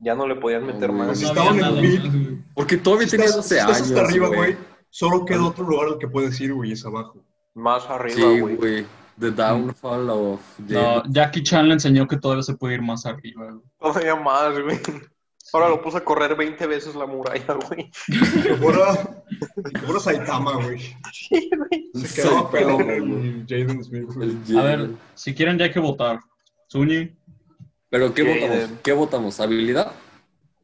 S3: Ya no le podían meter
S5: No,
S3: más.
S4: Si
S7: No
S4: estaba
S7: había
S4: Pues en
S7: nada
S4: el beat.
S7: más, güey.
S5: Porque Toby tenía
S4: Estás-
S5: 12
S4: estás
S5: años.
S4: hasta arriba,
S5: güey.
S4: güey. Solo queda otro lugar al que puedes ir, güey, es abajo.
S3: Más arriba,
S5: Sí,
S3: güey.
S5: güey. The Downfall of
S2: No,
S5: Jaden.
S2: Jackie Chan le enseñó que todavía se puede ir más arriba, güey.
S3: Todavía más, güey. Ahora lo puso a correr 20 veces la muralla, güey.
S4: Que fuera, que fuera Saitama, güey.
S3: Sí, güey.
S4: Se quedaba pelón el Jaden Smith, güey.
S5: El Jaden.
S2: A ver, si quieren ya hay que votar. Suñi,
S5: Pero ¿qué
S3: Jaden.
S5: votamos? ¿Qué votamos? ¿Habilidad?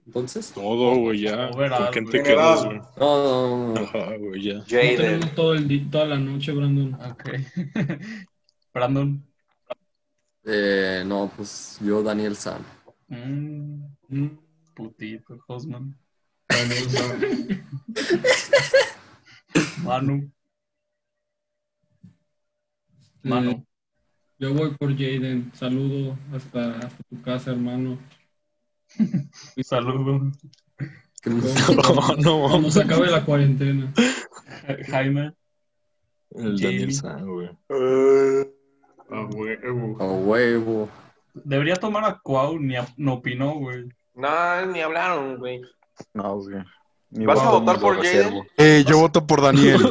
S5: Entonces.
S1: Todo, güey, ya.
S2: Overall,
S1: ¿Con quién te
S4: güey.
S1: quedas, güey?
S5: No, no, no, no.
S1: Ajá, güey, ya.
S7: No
S3: Jaden.
S7: tenemos todo el di- toda la noche, Brandon.
S2: ok. Brandon.
S5: Eh, no, pues yo, Daniel Sam.
S2: Mm,
S7: Mm.
S2: putito, Hosman. Manu.
S7: Eh,
S2: Manu.
S7: yo voy por Jaden. Saludo hasta, hasta tu casa, hermano.
S2: Saludo.
S5: Que no-
S1: No, no.
S7: Cuando se acabe la cuarentena.
S2: Jaime.
S1: El Daniel San, güey.
S4: Ah, güey, güey.
S5: A huevo.
S2: Debería tomar a Cuau, ni a- no opinó, güey.
S3: No, ni hablaron, güey.
S8: No, güey. Ni
S3: ¿Vas a
S8: voto,
S3: votar
S8: ni
S3: por
S8: lo
S3: Jaden?
S8: reservo.
S6: Eh, yo voto por Daniel.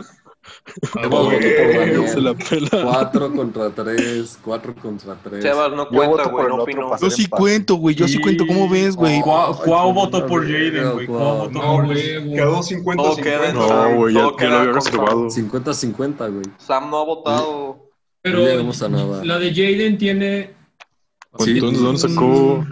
S4: Ah,
S5: Yo voto por
S4: güey.
S5: Daniel.
S1: Se la pela.
S5: 4 contra 3, 4 contra 3.
S3: Sebas no
S8: Yo
S3: cuenta,
S8: voto por
S3: güey.
S8: el
S3: No
S8: otro
S3: opinó.
S8: pasado.
S6: Yo sí cuento, güey. Yo sí cuento. ¿Cómo ves, güey?
S2: Cuau, Cuau
S5: Ay,
S2: votó por
S5: no,
S2: Jaden, güey. Cuau
S5: Cuau.
S2: votó
S7: No,
S2: por
S7: huevo.
S4: Quedó
S3: Todo queda
S4: 50-50.
S3: en
S1: No,
S3: Sam.
S1: güey, ya-
S3: todo
S1: ya
S3: queda
S1: lo había
S3: con Sam.
S1: reservado.
S5: 50-50, güey.
S3: Sam no ha votado.
S5: No
S7: Pero
S5: llegamos a nada.
S7: la de Jaden tiene
S5: Sí.
S1: Pues Entonces, ¿dónde sacó?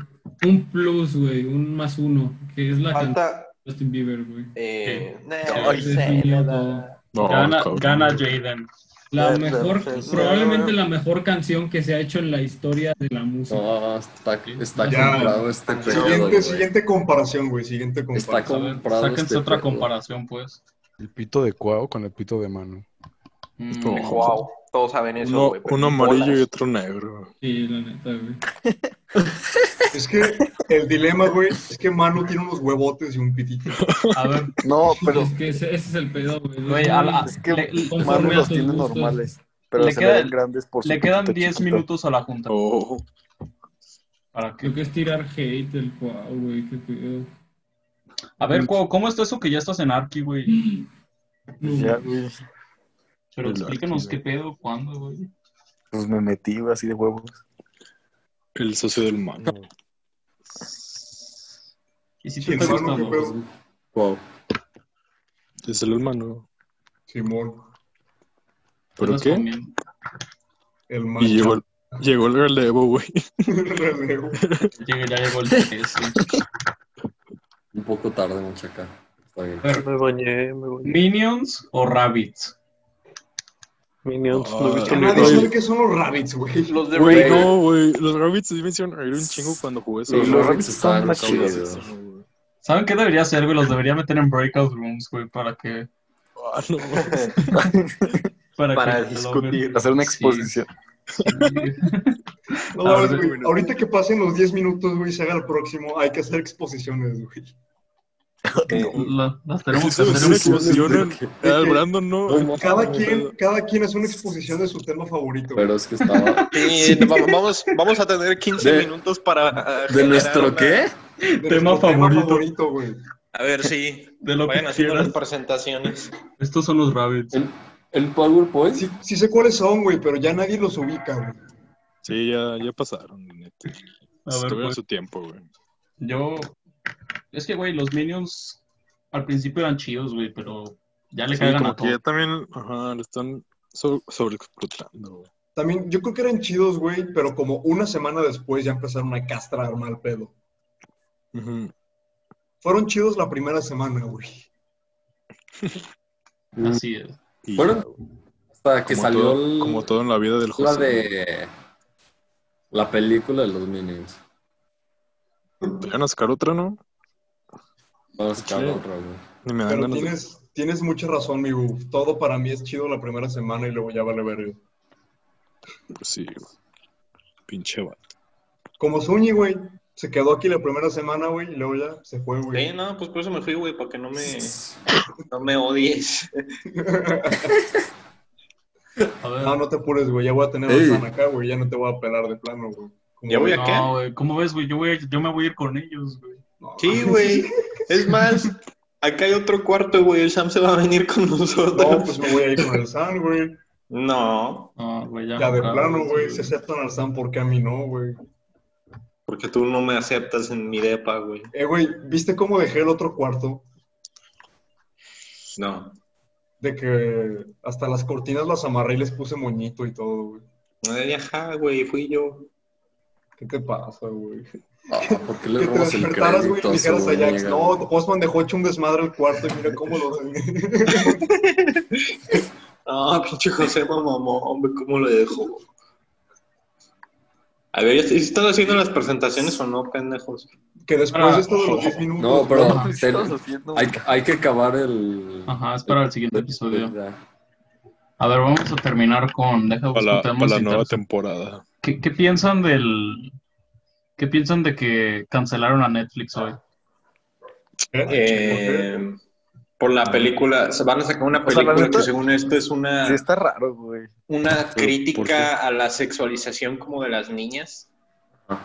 S7: un plus, güey. Un más uno. Que es la canción
S3: Falta.
S7: de Justin Bieber, güey.
S3: Eh, nah,
S2: Ay,
S3: sí,
S7: definido.
S3: nada.
S1: No,
S2: gana,
S1: cabrón.
S2: gana Jaden.
S7: La
S3: Sí,
S7: mejor,
S3: sí, sí.
S7: probablemente la mejor canción que se ha hecho en la historia de la música.
S5: No, está, está
S4: Ya.
S5: comprado este pedo,
S4: Siguiente,
S5: güey.
S4: siguiente comparación, güey. Siguiente
S5: Está
S4: comparación.
S2: A ver,
S5: comprado
S2: sáquense
S5: este
S2: otra
S5: pedo.
S2: comparación, pues.
S6: El pito de Cuau con el pito de mano.
S2: Mm,
S1: No.
S3: Wow, todos saben eso,
S1: Uno,
S3: güey. pero
S1: uno
S3: ni
S1: amarillo
S3: bolas.
S1: y otro negro.
S7: Sí, la neta, güey.
S4: Es que el dilema, güey, es que Manu tiene unos huevotes y un pitito.
S2: A ver,
S8: No, pero
S7: Es que ese, ese es el pedo, güey.
S2: güey, a la-
S8: es que
S2: le,
S7: Conforme
S8: Manu
S7: a
S8: los
S7: tus
S8: tiene
S7: gustos.
S8: normales. Pero
S2: Le
S8: se
S2: queda-
S8: le ven grandes por su
S2: le quedan
S8: pitito
S2: 10
S8: chiquito.
S2: minutos a la junta.
S1: Oh,
S2: ¿Para qué?
S7: Creo que es tirar hate el cuau, güey. Qué pedo.
S2: A ver, Cuau, ¿cómo está eso que ya estás en Arki, güey?
S7: No,
S8: Ya, güey.
S2: Pero
S1: El Arki,
S2: explíquenos
S1: güey.
S2: qué pedo, cuándo, güey.
S8: Pues me metí güey, así de huevos.
S1: el socio del mano.
S2: ¿Y si
S4: Sí,
S2: te está
S4: hermano,
S2: gustando?
S4: qué pedo.
S5: Wow.
S1: Es el hermano.
S4: Simón,
S1: ¿Pero
S2: Estás
S1: qué?
S2: comiendo.
S4: el Manu.
S1: Y llegó, el- llegó el relevo, güey.
S4: Relevo.
S2: Llegué, ya llegó el PS.
S5: Un poco tarde, muchaca. Está bien.
S8: Me bañé, me bañé.
S2: ¿Minions o Rabbits?
S8: Minions,
S1: no he visto
S4: ¿Quién va a
S1: Güey.
S4: decir que son los rabbits, güey?
S3: Los de Ah,
S1: Güey,
S3: Raven-
S1: no, güey. Los Rabbits sí me hicieron reír un chingo cuando jugué eso.
S5: Los
S1: güey.
S5: Rabbits
S8: están
S5: están
S8: más
S5: chidos,
S8: chidos.
S5: güey.
S2: ¿Saben qué debería hacer, güey? Los debería meter en breakout rooms, güey, para que...
S1: Ah, no.
S2: Para,
S3: Para
S2: que
S3: discutir.
S8: Hacer una
S2: Sí.
S8: exposición.
S4: No,
S2: A
S4: mames,
S2: ver,
S4: güey,
S1: güey, no.
S4: Ahorita que pasen los 10 minutos, güey, se haga el próximo. Hay que hacer exposiciones, güey.
S2: La- las tenemos que
S1: Eso es
S2: hacer.
S1: una
S2: güey.
S1: exposición. en- Ah, el Brandon no.
S5: No,
S4: Cada
S5: no,
S4: quien, cada quien hace una exposición de su tema favorito. güey.
S5: Pero es que estaba.
S3: Sí, va- vamos, vamos a tener 15
S5: De-
S3: minutos para. ah,
S5: ¿De
S3: generar
S5: nuestro
S3: una-
S5: qué?
S4: De nuestro
S2: tema favorito.
S4: güey.
S3: A ver, sí.
S2: De lo
S3: Vayan
S2: que
S3: haciendo
S2: quieras.
S3: las presentaciones.
S2: Estos son los Rabbits.
S5: ¿El, el PowerPoint?
S4: Sí, sí sé cuáles son, güey, pero ya nadie los ubica, güey.
S1: Sí, ya, ya pasaron. neta.
S2: A ver,
S1: Tuvieron
S2: pues,
S1: su tiempo, güey.
S2: yo. Es que, güey, los Minions al principio eran chidos, güey, pero ya le
S1: Sí,
S2: cagan a
S1: como que
S2: todo.
S1: ya también, ajá, lo están so- sobreexplotando, güey.
S4: También, yo creo que eran chidos, güey, pero como una semana después ya empezaron a castrar mal pedo.
S1: Ujú.
S4: Fueron chidos la primera semana, güey.
S2: Así es.
S1: Y
S5: Ah, Fueron hasta que
S1: como
S5: salió
S1: todo-
S5: el-
S1: como todo en la vida del
S5: la
S1: José.
S5: de la película de los Minions.
S1: Te van a sacar otra, ¿no?
S5: Para sacar
S1: Chile.
S5: otra, güey.
S1: Ni
S3: Ah,
S1: me dan
S4: Pero
S1: ganas de-
S4: tienes, tienes mucha razón, mi Uf. Todo para mí es chido la primera semana y luego ya vale verga.
S1: Pues sí, güey. Pinche vato.
S4: Como Zuni, güey. Se quedó aquí la primera semana, güey, y luego ya se fue,
S3: Sí,
S4: güey.
S3: no, pues por eso me fui, güey, para que no me, no me odies.
S2: A ver.
S4: No, no te apures, güey. Ya voy a tener
S5: Ey.
S4: a San acá, güey. Ya no te voy a pelar de plano, güey. Como-
S3: Ya voy a-
S2: No, güey, ¿cómo ves, güey? Yo, voy a- yo me voy a ir con ellos, güey.
S4: No.
S3: Sí, güey. Es más, acá hay otro cuarto, güey. El Sam se va a venir con
S4: No,
S3: nosotros.
S4: pues me voy a ir con el San, güey.
S3: No,
S2: No, güey, ya.
S4: Ya de
S2: jugaba,
S4: plano, güey. Si aceptan al San, ¿por qué a mí no, güey?
S3: porque tú no me aceptas en mi depa, güey.
S4: Eh, güey, ¿viste cómo dejé el otro cuarto?
S3: No.
S4: De que hasta las cortinas las amarré y les puse moñito y todo, güey.
S3: Ay, ajá, güey, fui yo.
S4: ¿Qué te pasa, güey?
S5: Ah, ¿Por qué le
S4: Que te
S5: robas el
S4: despertaras, güey,
S5: crédito
S4: y
S5: a
S4: dijeras a Jax,
S5: Zúñiga,
S4: no,
S5: güey?
S4: Postman dejó hecho un desmadre el cuarto y mira cómo lo...
S3: No, pinche José mamó, hombre, ¿cómo lo dejó? A ver, ¿sí ¿están haciendo las presentaciones o no, pendejos?
S4: que
S3: Ah.
S4: después de esto de los 10 minutos...
S5: No,
S4: güey,
S2: Ah,
S5: pero
S8: ¿Qué
S5: ten-
S8: estás haciendo?
S5: hay, hay que acabar el...
S2: Ajá, es para el siguiente episodio.
S5: Ya.
S2: A ver, vamos a terminar con. Deja
S1: Para la,
S2: buscar temas
S1: para la nueva
S2: interesantes.
S1: temporada.
S2: ¿Qué, qué piensan del. ¿Qué piensan de que cancelaron a Netflix hoy?
S3: Eh, por la película, se van a sacar una
S8: O sea, la
S3: película
S8: neta-
S3: que según esto es
S8: Sí,
S3: una,
S8: está raro, güey.
S3: una
S1: ¿por qué?
S3: crítica a la sexualización como de las niñas.
S8: Ah.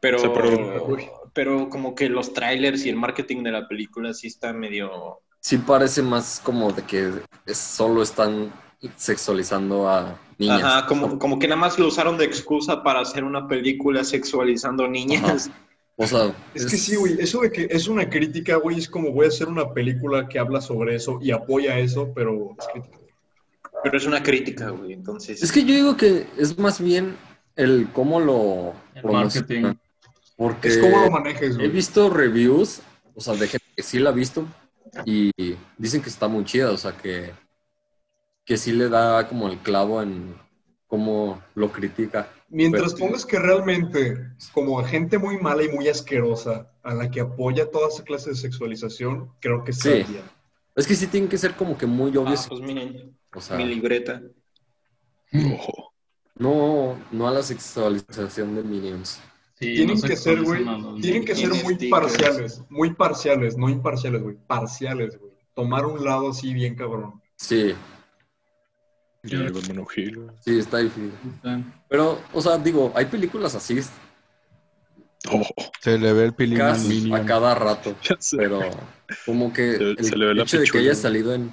S3: Pero,
S1: O sea, pero-
S3: pero como que los trailers y el marketing de la película sí está medio...
S5: Sí parece más como de que es- solo están sexualizando a niñas.
S3: Ajá, como, como que nada más lo usaron de excusa para hacer una película sexualizando niñas.
S5: O sea,
S4: Es que sí, güey, eso de que es una crítica, güey, es como voy a hacer una película que habla sobre eso y apoya eso, pero... es crítica.
S3: Pero es una crítica, güey, entonces...
S5: Es que yo digo que es más bien el cómo lo...
S2: El
S5: promociona,
S2: marketing.
S5: Porque
S4: Es como lo manejes,
S5: he
S4: güey.
S5: visto reviews, o sea, de gente que sí la ha visto y dicen que está muy chida, o sea, que, que sí le da como el clavo en cómo lo critica.
S4: Mientras
S5: Pero-
S4: pongas que realmente, como gente muy mala y muy asquerosa, a la que apoya toda esa clase de sexualización, creo que está
S5: Sí.
S4: bien.
S5: Es que sí tienen que ser como que Ah. muy
S3: Ah,
S5: obvios,
S3: pues miren,
S5: o sea,
S3: mi libreta.
S1: Ojo.
S5: no, no a la sexualización de Minions.
S2: Sí, no
S4: Tienen
S2: sé
S4: que
S2: qué
S4: ser,
S2: dicen
S4: güey,
S2: a los
S4: tienen que ser
S2: niños.
S4: muy
S3: stickers.
S4: parciales, muy parciales, no imparciales, güey, parciales, güey. Tomar un lado así bien cabrón.
S5: Sí,
S1: Ya iba el Mano Gil, güey.
S5: sí, está difícil.
S7: Están.
S5: Pero, o sea, digo, hay películas así
S1: Ojo.
S6: Se le ve el pilín al
S5: casi
S6: Minion.
S5: a cada rato.
S1: Ya sé.
S5: pero como que
S1: Se-
S5: el
S1: se le ve la
S5: hecho de que
S1: pechuga,
S5: haya
S1: ¿no?
S5: salido en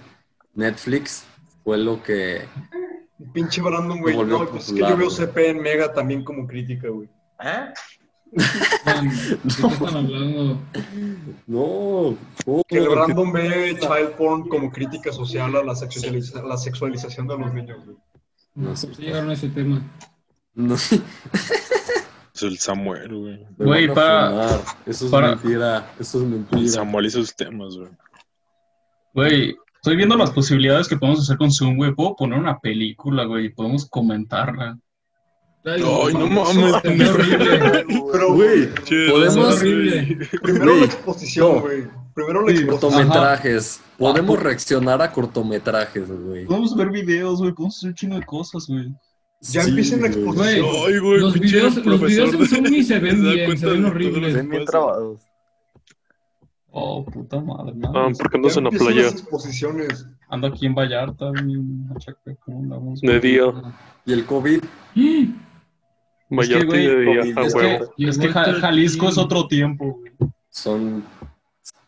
S5: Netflix fue lo que
S4: Pinche Brandon, güey.
S5: Volvió
S4: No, pues es que
S5: popular,
S4: yo veo
S5: güey.
S4: CP en Mega también como crítica, güey.
S3: ¿Ah?
S7: ¿De qué están hablando?
S5: no oh,
S4: Que el
S5: porque-
S4: Brandon ve child porn como crítica social a la, sexualiza- la sexualización de los niños, güey.
S5: No
S7: No
S5: sé.
S7: sé. Pues llegaron a ese tema.
S5: no,
S1: Es el Samuel, güey.
S5: me
S2: Güey,
S5: van a
S2: para-
S5: funar. eso es
S2: para-
S5: mentira eso es mentira
S1: El Samuel y sus temas, güey.
S2: Güey, estoy viendo las posibilidades que podemos hacer con Zoom, güey. Puedo poner una película, güey, y podemos comentarla.
S7: Ay,
S1: Ay, no mames.
S7: Qué horrible.
S4: Pero,
S5: Güey, podemos-
S7: horrible.
S4: primero la
S5: güey,
S4: exposición,
S5: no.
S4: güey. Primero la
S2: Sí,
S4: exposición.
S5: cortometrajes podemos reaccionar a cortometrajes güey
S2: Podemos ver videos, güey. Podemos hacer un chingo de cosas, güey.
S4: Ya empiecen la
S5: güey.
S4: exposición.
S7: Güey,
S1: Ay, güey,
S7: Los
S1: pinche
S7: videos, los videos
S1: profesor
S7: en Zoom ni se
S1: de-
S7: ven
S1: da
S7: bien,
S1: cuenta
S7: se ven
S1: de todo lo
S7: horribles.
S1: que
S2: Pues,
S8: Ven bien
S1: pasa.
S8: trabados.
S2: Oh, puta madre,
S8: Ah,
S2: madre.
S4: Ya
S8: porque andas en la
S4: empiecen
S8: playa.
S4: las exposiciones.
S2: Ando aquí en Vallarta, bien achacacón, vamos,
S8: De
S2: güey.
S8: día.
S5: y el covid
S2: Es que,
S8: Vallarta y
S2: güey,
S8: de día.
S5: COVID,
S8: A
S2: Es
S8: huevo.
S2: que, es que Ja- Jalisco es otro tiempo, güey.
S5: son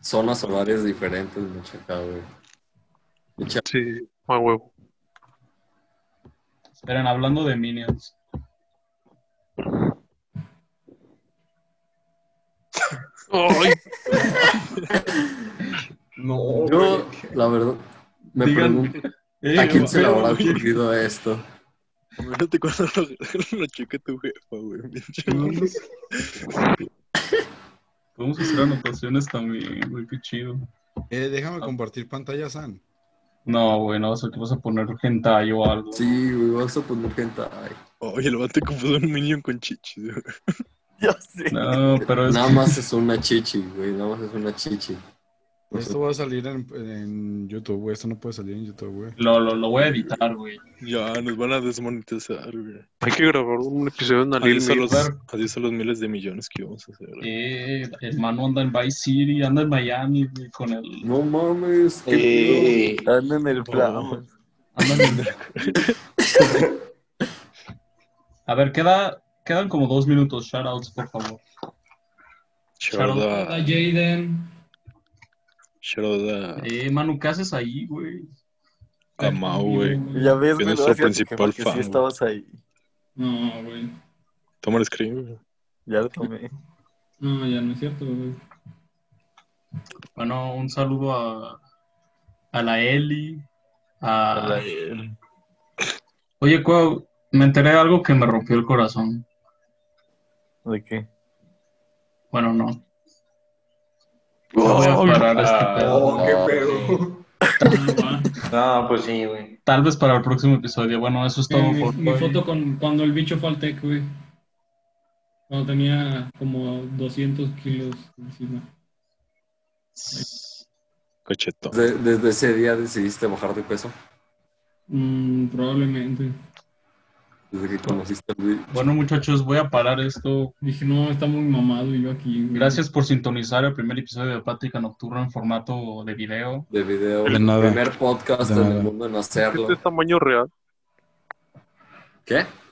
S5: zonas horarias diferentes mucho acá, güey Mucha-
S8: Sí, a huevo.
S2: Esperen, hablando de Minions.
S1: Ay,
S4: No, Oh,
S5: Yo, la verdad, me
S4: Digan-
S5: pregunto
S4: güey.
S5: a quién se le
S4: Pero,
S5: habrá
S4: güey,
S5: ocurrido esto.
S1: imagínate cuando lo, lo cheque tu jefa, güey. bien chingón.
S2: Podemos hacer anotaciones también, güey, qué chido.
S6: Eh, déjame compartir pantalla, San.
S2: No, güey, no, eso que vas a poner hentai o algo.
S5: Sí, güey, vas a poner gente. ay.
S1: Oye, el vato confundió un minion con chichis, güey.
S8: Ya sé.
S2: No, pero es
S5: Nada más es una chichi, güey, nada más es una chichi. No sé.
S6: Esto va a salir en, en YouTube, güey. Esto no puede salir en YouTube, güey.
S2: lo, lo, lo voy a editar, güey.
S1: Ya, nos van a desmonetizar, güey.
S8: Hay que grabar un episodio de Alil
S1: Adiós a, los,
S8: Mil.
S1: adiós a los miles de millones que vamos a hacer. güey.
S2: Eh, el mano anda en Vice City, anda en Miami, güey, con el...
S5: No mames, qué pedo.
S4: Eh.
S3: Ey,
S8: Anda en el plan.
S2: anda en el- A ver, queda, quedan como dos minutos, shoutouts, por favor.
S1: Shout out
S7: A
S1: a-
S7: Jaden.
S1: shout out
S2: Eh, Manu, ¿qué haces ahí, güey?
S1: a, a Mau, güey.
S8: Ya ves,
S1: Que
S8: me lo
S1: nuestro
S8: hacía tu
S1: principal
S8: jefa, que
S1: fan,
S8: sí
S1: güey.
S8: estabas ahí.
S7: No, güey.
S1: Toma el screen, güey.
S8: Ya lo tomé.
S7: No, ya no es cierto, güey.
S2: Bueno, un saludo a, a la Eli, a... Oye, Cuau, me enteré de algo que me rompió el corazón.
S8: ¿De qué?
S2: Bueno, no. No voy a
S1: Oh,
S2: parar
S4: Ah,
S2: este pedo.
S4: No, Oh, qué pedo.
S7: Ah, va.
S3: No, pues sí, güey.
S2: Tal vez para el próximo episodio. Bueno, eso es todo
S7: Eh, mi,
S2: por
S7: mi
S2: hoy.
S7: foto con cuando el bicho fue al tech, güey. Cuando tenía como 200 kilos encima.
S1: Cochetón.
S5: De- desde ese día decidiste bajar de peso,
S7: Mm, probablemente.
S5: desde que conociste a Luis.
S2: Bueno, muchachos, voy a parar esto.
S7: Dije, no, está muy mamado y yo aquí. güey.
S2: Gracias por sintonizar el primer episodio de Plática Nocturna en formato de video.
S5: de video,
S6: De nada.
S5: primer podcast
S6: De
S5: en
S6: nada.
S5: el mundo en hacerlo.
S8: Este es tamaño real.
S5: ¿Qué?